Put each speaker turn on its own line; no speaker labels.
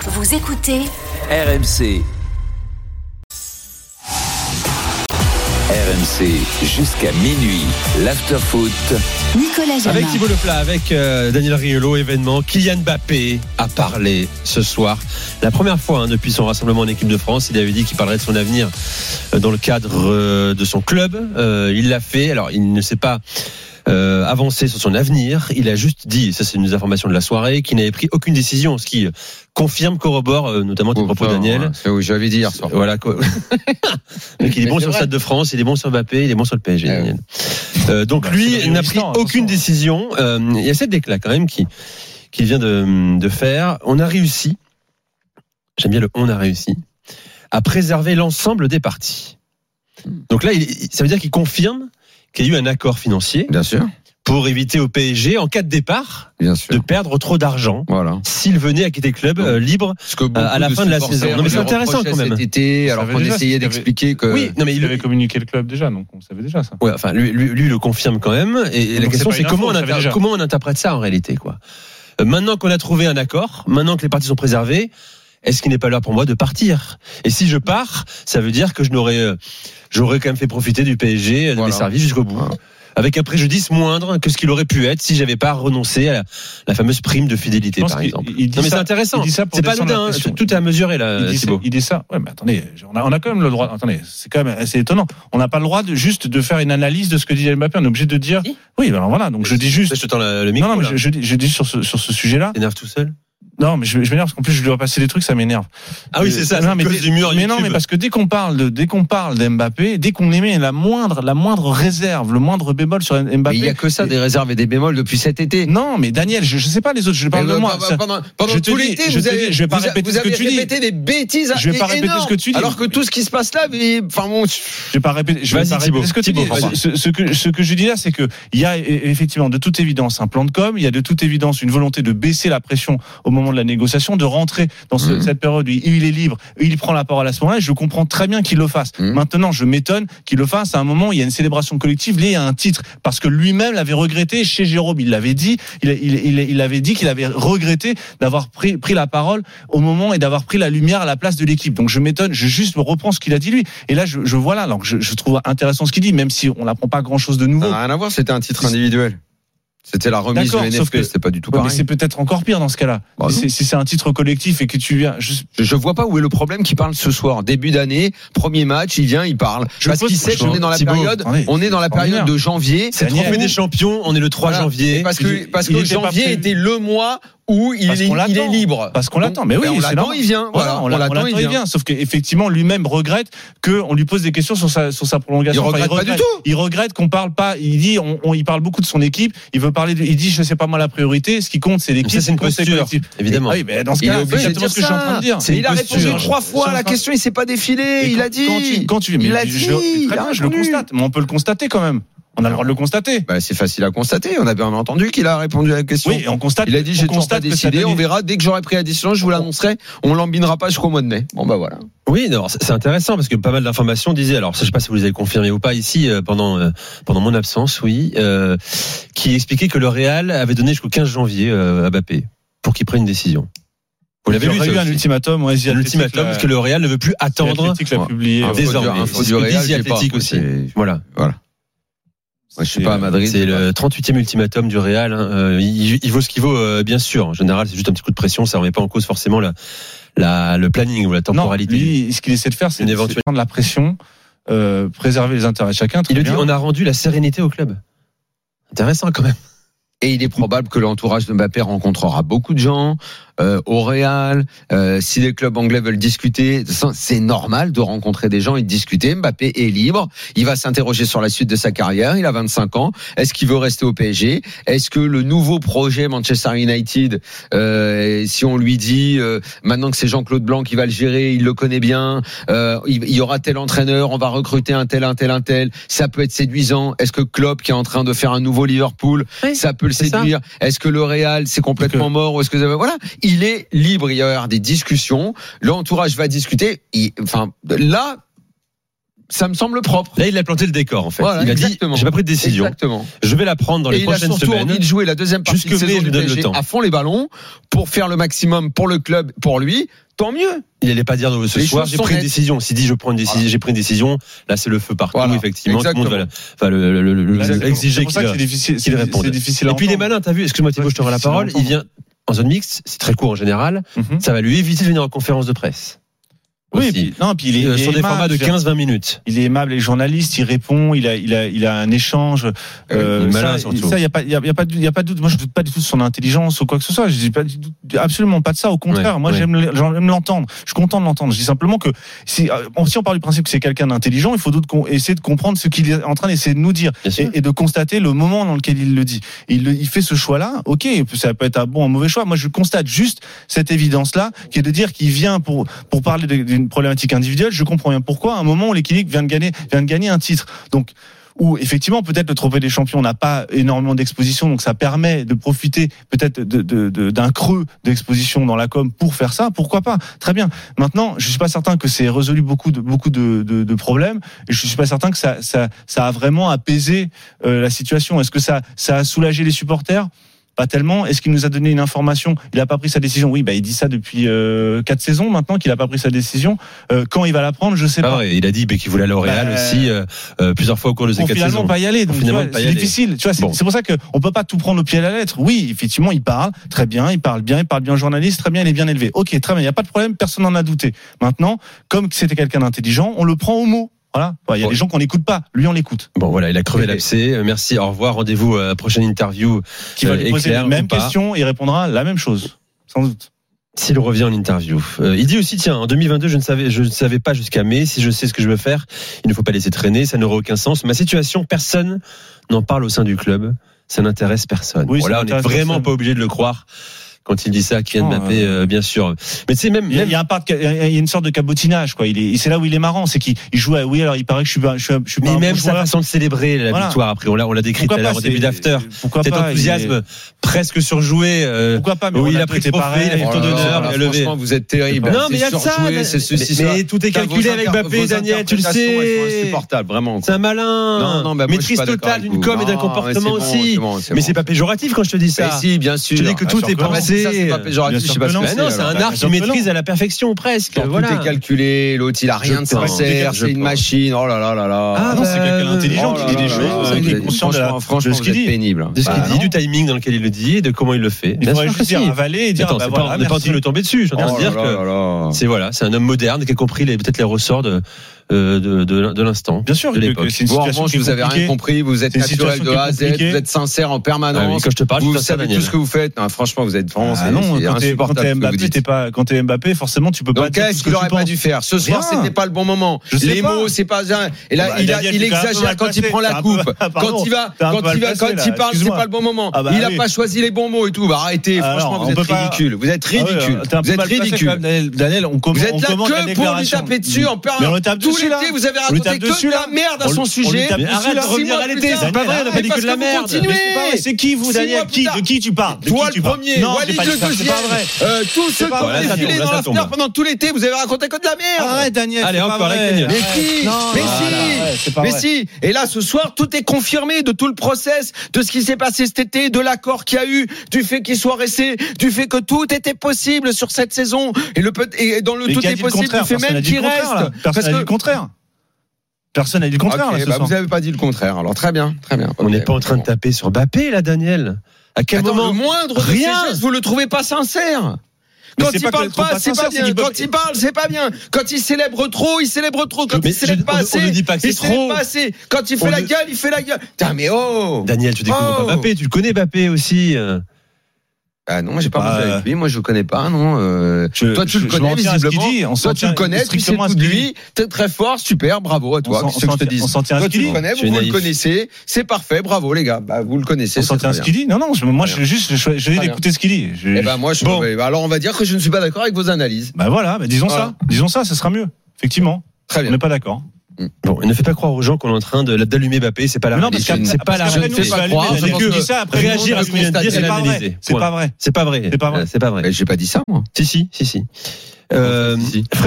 Vous écoutez
RMC. RMC jusqu'à minuit. L'afterfoot.
Nicolas Jamin.
Avec Thibaut Leplat, avec euh, Daniel Riolo, événement. Kylian Mbappé a parlé ce soir. La première fois hein, depuis son rassemblement en équipe de France, il avait dit qu'il parlerait de son avenir euh, dans le cadre euh, de son club. Euh, il l'a fait. Alors, il ne s'est pas euh, avancé sur son avenir. Il a juste dit, ça c'est une des informations de la soirée, qu'il n'avait pris aucune décision, ce qui euh, confirme, corrobore euh, notamment tes
Bon,
propos,
enfin,
Daniel.
ouais, Eh C'est où j'avais dit hier soir.
Voilà quoi. donc il est
Mais
bon
c'est
sur le
vrai.
Stade de France, il est bon sur Mbappé, il est bon sur le PSG.
Ah oui.
Daniel. Euh, donc
Bah, c'est
lui
le
n'a pris
Pakistan,
aucune
attention.
décision. Euh, Il y a cette déclat quand même qui qui vient de, de faire. On a réussi. J'aime bien le on a réussi à préserver l'ensemble des parties. Donc là, il- il- ça veut dire qu'il confirme qu'il y a eu un accord financier
Bien sûr,
pour éviter au PSG en cas de départ
bien
de
sûr.
perdre trop d'argent
Voilà.
s'il venait à quitter le club
Donc,
euh, libre.
Ce que beaucoup
à la fin de la
supporters
saison. Non, mais c'est
leur
intéressant,
reprochaient
quand même.
Cet été,
On
alors
savait
qu'on
déjà
essayait
qu'il y avait-
d'expliqué que.
oui, non mais
Il
il,
avait communiqué le club déjà, donc on savait déjà ça.
Ouais, enfin, lui, lui, lui le confirme quand même. Et la question,
Donc, c'est pas
c'est
une info,
comment, on
on savait
inter-
déjà.
comment on interprète ça en réalité, quoi. Euh, Maintenant qu'on a trouvé un accord, maintenant que les parties sont préservées, est-ce qu'il n'est pas l'heure pour moi de partir Et si je pars, ça veut dire que je n'aurais, euh, j'aurais quand même fait profiter du PSG, euh, de
Voilà.
mes services jusqu'au bout.
Voilà.
Avec un préjudice moindre que ce qu'il aurait pu être si j'avais pas renoncé à la, la fameuse prime de
Je
fidélité,
pense
par
qu'il-
exemple.
il
non,
dit
mais euh, c'est
ça-
intéressant.
il dit ça pour
C'est pas
descendre la
anodin, hein.
pression.
tout est à mesurer là,
il, dit ça,
Thibaut.
il dit ça. Ouais, mais attendez, on a, on a quand même le droit. Attendez, c'est quand même assez étonnant. On n'a pas le droit de, juste de faire une analyse de ce que dit Mbappé. On est obligé de dire.
Si.
Oui, ben alors voilà. Donc je dis
Je
juste.
te tends le, le micro.
Non, non, mais
là.
je, je dis, je dis sur ce, sur ce sujet-là.
T'énerves tout seul.
Non, mais je, je m'énerve parce qu'en plus je lui dois passer des trucs, ça m'énerve.
Ah oui, c'est ça.
Euh, Non,
c'est
mais
à cause
dès-
du mur
Mais non,
YouTube.
mais parce que dès qu'on parle de, dès qu'on parle d'Mbappé, dès qu'on émet la moindre, la moindre réserve, le moindre bémol sur
Mais
Mbappé.
il n'y a que ça, des réserves et des bémols depuis cet été.
bah, Non, mais Daniel, je, je sais pas les autres. Je parle
Mais
de
le-
moi.
pa-
ça-
Pendant, pendant
je te
tout
dis-
l'été,
je
vous
te
avez,
dis- je vais pas
vous a-
répéter
vous
ce que
avez
tu dis.
répété des bêtises.
Je vais pas
é-
répéter ce
énormes,
que tu dis.
Alors que tout ce qui se passe là, mais- enfin bon,
Je vais pas répéter. Je vais
Vas-y,
pas
Thibaut.
répéter ce que tu
Thibaut,
dis.
vas-y.
Ce, ce que ce que je dis là, c'est que il y a e- effectivement de toute évidence un plan de com. Il y a de toute évidence une volonté de baisser la pression au moment de la négociation, de rentrer dans ce-
Mhm.
cette période où il est libre, il prend la parole à ce moment-là. et Je comprends très bien qu'il le fasse.
Mhm.
Maintenant, je m'étonne qu'il le fasse à un moment. où Il y a une célébration collective liée à un titre parce que lui-même l'avait regretté. Chez Jérôme, il l'avait dit. Il, il, il, il avait dit qu'il avait regretté d'avoir pris pris la parole au moment et d'avoir pris la lumière à la place de l'équipe. Donc je m'étonne, je juste me reprends ce qu'il a dit lui. Et là, je, je vois là, alors je, je trouve intéressant ce qu'il dit, même si on n'apprend pas grand chose de nouveau.
ça n'a rien à voir, c'était un titre individuel. C'était la remise du
D'accord, sauf
NFP,
que-
c'était pas du tout
Ouais, mais
pareil.
c'est peut-être encore pire dans ce cas-là.
Bah non.
si c'est- si c'est un titre collectif et que tu viens, je,
Je, je vois pas où est le problème qui parle ce soir. Début d'année, premier match, il vient, il parle.
Je
Parce
pose-
qu'il sait
je-
qu'on est dans la
Thibaut,
période,
attendez,
on est dans la
c'est
période de
extraordinaire.
janvier.
C'est le
Daniel.
trophée des champions, on est le 3
Voilà. Et
janvier.
parce que,
il-
parce
il
que
était pas
janvier
prévu.
était le mois où il,
Parce
est,
qu'on
il est
l'attend.
libre.
Parce qu'on
Donc,
l'attend. Mais oui,
ben, on
c'est
l'attend,
normal.
il vient.
Voilà, on l'a- on l'attend, il vient. Sauf qu'effectivement, lui-même regrette qu'on lui pose des questions sur sa, sur sa prolongation.
Il regrette pas du tout.
Il regrette qu'on parle pas. Il dit, on, on- il parle beaucoup de son équipe. Il veut parler. de- il dit, je sais pas moi la priorité. Ce qui compte, c'est l'équipe.
Ça, c'est une
ce qui compte, c'est le
posture,
collectif.
évidemment.
Ah oui, mais dans ce
Il est
cas, c'est
obligé de
exactement
dire
ce que je suis en train de dire.
ça.
C'est
Mais
une
il a
posture.
répondu trois fois à
Je suis en
la
train-
question, il s'est pas défilé,
Et
il
quand-
a dit.
Quand tu, quand tu, mais
il a
je-
dit.
je-
il
très
a
bien, je le
répondu.
constate. Mais on peut le constater quand même. On a le droit de le constater.
Bah, c'est facile à constater. On a bien entendu qu'il a répondu à la question.
Oui, et on constate.
Il a dit
on
j'ai toujours
constate
pas
que ça
décidé,
donne
on
une-
verra. Dès que j'aurai pris la décision, je vous l'annoncerai. On l'embinera pas jusqu'au mois de mai. Bon bah voilà.
ah Oui, non, c'est c'est intéressant parce que pas mal d'informations disaient, alors ça, je sais pas si vous les avez confirmées ou pas ici euh, pendant euh, pendant mon absence, oui, euh, qui expliquait que le Real avait donné jusqu'au 15 janvier euh, à Mbappé pour qu'il prenne une décision. Vous l'avez
Il y
lu
aurait
ça
eu un
aussi
ultimatum. ouais, The Athletic euh,
L'ultimatum,
l'a-
parce que le Real ne veut plus
The Athletic
attendre.
l'a publié.
Info
désormais,
du- info
c'est
du
ce que
Real,
disent
je sais
Athletic
pas.
aussi.
C'est-
Voilà.
Moi, je suis
euh,
pas à Madrid.
C'est le 38e ultimatum du Real. hein. Euh, Il, il vaut ce qu'il vaut, euh, bien sûr. En général, c'est juste un petit coup de pression. Ça remet pas en cause forcément la, la, le planning ou la temporalité.
Non, lui, ce qu'il essaie de faire, c'est
Une
de
éventuelle-
c'est de prendre la pression, euh, préserver les intérêts de chacun. très
il le dit,
bien.
on a rendu la sérénité au club. Intéressant quand même.
Et il est probable que l'entourage de Mbappé rencontrera beaucoup de gens euh, au Real. euh, si les clubs anglais veulent discuter, ça, c'est normal de rencontrer des gens et de discuter. Mbappé est libre. Il va s'interroger sur la suite de sa carrière. Il a 25 ans. Est-ce qu'il veut rester au PSG Est-ce que le nouveau projet Manchester United, euh, si on lui dit euh, maintenant que c'est Jean-Claude Blanc qui va le gérer, il le connaît bien, euh, il il y aura tel entraîneur, on va recruter un tel, un tel, un tel. Ça peut être séduisant. Est-ce que Klopp qui est en train de faire un nouveau Liverpool ça peut le
C'est ça.
séduire. Est-ce que le Real c'est complètement mort ou est-ce que voilà, il est libre. Il va y avoir des discussions. L'entourage va discuter. Il- Enfin, là, ça me semble propre.
Là, il a planté le décor, en fait.
Voilà,
il a
exactement.
dit, j'ai pas pris de décision.
Exactement.
Je vais la prendre dans
Et
Oh, les
il a
prochaines
surtout
semaines.
envie de jouer la deuxième partie
Jusque
de
mai,
saison
je
du
donne le
PSG
temps.
à fond les ballons pour faire le maximum pour le club, pour lui. Tant mieux.
Il n'allait pas dire non, ce
Les
soir,
choses
j'ai
sont
pris une
nettes.
décision. S'il dit, je prends une décision, j'ai pris une décision, là, c'est le feu partout,
Voilà.
effectivement. Tout le monde va, le- va le, le- le- le-
Exactement.
exiger
C'est pour ça
qu'il a-
que c'est difficile,
qu'il
c'est-
réponde.
c'est difficile à
Et puis, il est
entendre.
malin, t'as vu, excuse-moi, Thibaut, je te rends la
difficile à
parole. Il
entendre.
vient en zone mixte, c'est très court en général.
Mhm.
Ça va lui éviter de venir en conférence de presse.
Oui, et
Aussi.
puis, non, puis il est,
Euh,
il est
sur des
aimable,
formats de
je veux dire,
15-20 minutes.
Il est aimable, les journalistes, il répond, il a, il a, il a un échange. euh,
il est
ça,
malin, surtout.
Ça, il n'y a pas, il y a, il y a pas, de- il y a pas de doute. Moi, je doute pas du tout de son intelligence ou quoi que ce soit. Je dis pas du tout- absolument pas de ça. Au contraire,
Ouais,
moi,
ouais.
j'aime, le- j'aime l'entendre. Je suis content de l'entendre. Je dis simplement que si, euh, bon, si on part du principe que c'est quelqu'un d'intelligent, il faut d'autres qu'on- essayer de comprendre ce qu'il est en train d'essayer de nous dire
Bien sûr.
et, et de constater le moment dans lequel il le dit. Et il, le- il fait ce choix-là, ok, ça peut être un bon, un mauvais choix. Moi, je constate juste cette évidence-là, qui est de dire qu'il vient pour pour parler de- d'une problématique individuelle. Je comprends bien pourquoi. À un moment, où l'équilibre vient de gagner vient de gagner un titre. Donc où effectivement peut-être le trophée des champions n'a pas énormément d'exposition, donc ça permet de profiter peut-être de- de- de- d'un creux d'exposition dans la com pour faire ça. Pourquoi pas Très bien. Maintenant, je suis pas certain que c'est résolu beaucoup de beaucoup de, de- de problèmes. Et je suis pas certain que ça ça, ça a vraiment apaisé euh, la situation. Est-ce que ça ça a soulagé les supporters pas tellement. Est-ce qu'il nous a donné une information Il n'a pas pris sa décision. Oui, bah il dit ça depuis euh, quatre saisons maintenant qu'il n'a pas pris sa décision. Euh, quand il va la prendre, je sais
C'est
pas
pas vrai, Il a dit mais, qu'il voulait aller au Real
Bah,
aussi euh, euh, plusieurs fois au cours de ces
pour
quatre
finalement
saisons.
pas y aller. Donc,
Pour finalement
tu vois,
pas y
c'est
aller.
difficile. Tu vois, c'est
Bon.
c'est pour ça qu'on peut pas tout prendre au pied à la lettre. Oui, effectivement, il parle très bien, il parle bien, il parle bien au journaliste, très bien, il est bien élevé. Ok, très bien, il n'y a pas de problème, personne n'en a douté. Maintenant, comme c'était quelqu'un d'intelligent, on le prend au mot. Voilà. Bon, Il y a
Ouais.
des gens qu'on n'écoute pas. Lui, on l'écoute.
Bon voilà, il a crevé
Et-
l'abcès. Euh, Merci, au revoir, rendez-vous à la prochaine interview.
Qui va
Euh,
lui poser
éclair
les mêmes
ou pas.
questions, il répondra la même chose. Sans doute.
S'il revient en interview. Euh, il dit aussi, tiens, en 2022, je ne savais, je ne savais pas jusqu'à mai. Si je sais ce que je veux faire, il ne faut pas laisser traîner. Ça n'aurait aucun sens. Ma situation, personne n'en parle au sein du club. Ça n'intéresse personne.
Oui, ça
voilà, on n'est
n'intéresse
vraiment
personne.
pas obligé de le croire quand il dit ça à Kylian
Non,
Mbappé, euh, bien sûr. Mais c'est même,
Il y, a,
même
il y a un part de- il y a une sorte de cabotinage, quoi. Il est, c'est là où il est marrant, c'est qu'il il joue à, oui, alors il paraît que je suis pas, je suis, je suis pas
mais
un
même
bon
sa
joueur.
façon de célébrer la
Voilà.
victoire. Après, on l'a, on l'a décrit tout à l'heure au
c'est-
début d'after.
Pourquoi
Cet
pas, il est-
enthousiasme presque surjoué. euh,
Pourquoi pas, mais
Oui, il a
Ronaldo
pris le
était
trophée,
pareil.
il a fait le
Oh
tour
là
d'honneur,
là,
il a levé.
franchement, vous êtes terrible.
Non, mais il y a de ça. mais-
C'est ceci,
mais,
ça.
mais tout est
Putain,
calculé
vos
avec
inter-
Mbappé,
vos
Daniel, tu le
interprétations, elles sont
sais.
insupportables, vraiment.
C'est un malin.
Non, non, bah, moi, je suis
Maîtrise
pas d'accord
totale
avec
d'une
vous.
com et d'un
Non, mais c'est
comportement
bon,
aussi.
c'est bon, c'est
Mais
bon.
c'est pas péjoratif quand je te dis
Mais
ça.
si, bien sûr.
dis que tout
Ah,
est
sûr
pensé.
non, mais ça, c'est pas péjoratif,
Bien
je sais
sûr
pas
que
ce
non,
que
Bah non, c'est
alors.
un
Bah,
art
c'est
qu'il
un peu
maîtrise à la perfection presque.
Genre,
Voilà.
Tout est calculé, l'autre il a rien de
Je pense.
sincère,
Je
c'est une
pense.
machine, oh là là là là.
Ah,
Non, c'est
bah,
quelqu'un d'intelligent
oh
qui
là
dit des
là
choses,
là,
qui est
vous
conscient de, la-
franchement, franchement,
de ce
vous
qu'il
êtes
dit.
pénible.
De ce qu'il
Bah,
dit,
non.
du timing dans lequel il le dit et de comment il le fait.
Il
Bien
faudrait
sûr
juste
que si.
dire avaler et dire
Attends,
ah bah
c'est pas-
voilà,
on n'est pas en
merci.
train de le tomber dessus. Je suis en train de
Oh
dire
là
que
là là là.
c'est voilà, c'est un homme moderne qui a compris les- peut-être les ressorts de euh, de- de de l'instant.
Bien sûr
de
que-
l'époque.
que c'est une
Vous, en
situation
revanche,
qui est
vous avez rien
compliquée.
compris, vous êtes
C'est une
naturel de
situation
A à
qui est
Z, vous
compliquée.
êtes sincère en
Ah oui,
permanence.
quand je te parle,
vous
je te
savez
Daniel.
tout ce que vous faites. Non, franchement, vous êtes vraiment,
Ah
c'est-
non,
c'est
quand t'es- quand t'es
insupportable. ce que vous
Mbappé,
dites.
t'es pas, quand t'es Mbappé, forcément, tu peux pas
Donc
dire tout
qu'est-ce
ce que
qu'il
tu
aurait pas
penses.
dû faire Ce soir,
Rien.
c'était pas le bon moment.
Je sais
Les
pas.
mots, c'est pas ça. Et
Ah
là,
bah,
il, a-
Daniel,
il
t'es un peu mal
exagère quand
placé,
il prend
t'es
la
un
coupe.
peu- pardon,
quand il va,
t'es un
quand
peu mal
il va,
placé,
quand
là,
il parle, c'est
excuse-moi.
pas le bon moment.
Ah bah
il a
oui.
pas choisi les bons mots et tout. Bah, arrêtez.
Ah
franchement,
non,
vous
on
êtes
peut pas-
ridicule. Vous êtes
Ah ouais,
ridicule.
t'es un peu
Vous êtes
mal placé, quand
ridicule.
même, Daniel, Daniel, on commente.
Vous êtes
on
là
commente la
que pour lui
déclaration.
taper dessus en
Mais on
permanence.
le tape
Tout
dessus, là.
l'été, vous avez
On le tape
raconté que
dessus,
de
là.
la merde à
On- on
son
lui
sujet.
tape
Mais
dessus,
arrête
là.
de revenir à l'été,
Daniel,
c'est pas vrai, on a pas
arrête,
dit que
parce
de la
vous
merde.
continuez. Mais c'est pas vrai, C'est qui, vous,
Si
Daniel
moi,
qui,
putain.
De qui tu parles De
Toi
qui
le
tu parles
premier,
Non,
Walid
c'est pas
le
c'est
deuxième,
pas vrai.
euh, tous ceux
C'est
qui
pas
ont
vrai, ça
défilé
tombe,
dans
ça
la
tombe.
star pendant tout l'été, vous avez raconté que de la merde
Arrête, Daniel.
Allez,
c'est
encore
pas
la
vrai.
cagnotte.
mais
Arrête.
si,
Non,
mais
voilà, ouais,
si,
c'est pas
mais
vrai.
si. Et là, ce soir, tout est confirmé de tout le process, de ce qui s'est passé cet été, de l'accord qu'il y a eu, du fait qu'il soit resté, du fait que tout était possible sur cette saison. Et le peut- et dans le
Mais
tout
qui a
est
dit le
possible,
contraire
du fait
Personne n'a
même
dit le
qu'il
contraire, là.
reste.
Personne
Parce
n'a dit
que-
le contraire. Personne n'a dit le contraire,
Ok,
là, ce
bah,
soir.
vous avez pas dit le contraire. Alors très bien, très bien.
On
Ok,
n'est pas en train de
bon.
taper sur Mbappé là, Daniel. À quel
Attends,
moment
le moindre de
Rien.
ces gestes, vous le trouvez pas sincère.
Mais
Quand
c'est
il
pas
parle
que le trouve
pas,
pas
c'est pas
sincère, c'est
bien.
qu'il peut-
Quand il parle, c'est pas bien. Quand il célèbre trop, il célèbre trop. Quand
Mais
il célèbre
je- on-
pas
on
assez,
ne dit pas que
il
c'est
célèbre
trop.
pas assez. Quand il fait
On
la
ne-
gueule, il fait la gueule. Putain, mais oh
Daniel, tu découvres
Oh.
pas Mbappé, tu le connais Mbappé aussi. euh.
Ah non, moi j'ai pas
Bah,
bossé avec lui, moi je le connais pas, non. euh,
Je-
toi tu
je-
le
je m'en
connais
tiens à ce qu'il
visiblement.
dit, on s'en
Toi tu le
tient
connais, tu sais
strictement à
tout
ce
de
qu'il
lui. T'es très fort, super, bravo à toi.
s'en-
Qu'est-ce que
on
je te
s'en
dis
tient- on s'en tient à
Toi
ce
tu
qu'il
le
dit.
connais,
Tu es
vous, vous le
naïf.
connaissez, c'est parfait, bravo les gars. Bah vous le connaissez.
On
c'est
s'entend
très
à ce
bien.
qu'il dit Non, non, je- moi,
Très
je juste, je je vais
Très
d'écouter ce qu'il dit. Je-
Eh ben moi je.
Bon.
eh ben, Alors on va dire que je ne suis pas d'accord avec vos analyses.
Bah voilà, bah disons
Voilà.
ça. Disons ça, ce sera mieux. Effectivement.
Très
On
bien.
n'est pas d'accord.
Bon, ne fais pas croire aux gens qu'on est en train de d'allumer Mbappé, c'est pas la
Bah,
Mais non,
réalité.
parce qu'après-
c'est pas la
parce qu'après,
réalité.
nous, on va allumer,
croire,
Daniel.
je pense
Tu
que
dis ça après
Réagir à ce qu'on vient de dire,
constate-
c'est
c'est
pas
banaliser.
vrai. C'est
Point.
pas vrai.
C'est pas vrai.
C'est pas vrai.
Euh, C'est pas vrai.
Eh, J'ai pas dit ça moi.
Si si si si. Euh,
Si, si.
Fred